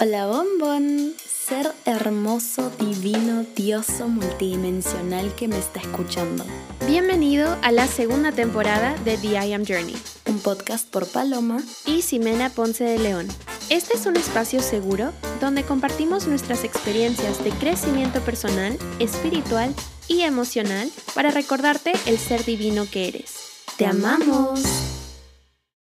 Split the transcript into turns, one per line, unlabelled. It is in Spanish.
Hola bombón, ser hermoso, divino, dioso, multidimensional que me está escuchando.
Bienvenido a la segunda temporada de The I Am Journey
Un podcast por Paloma.
y Ximena Ponce de León. Este es un espacio seguro donde compartimos nuestras experiencias de crecimiento personal, espiritual y emocional para recordarte el ser divino que eres.
¡Te amamos!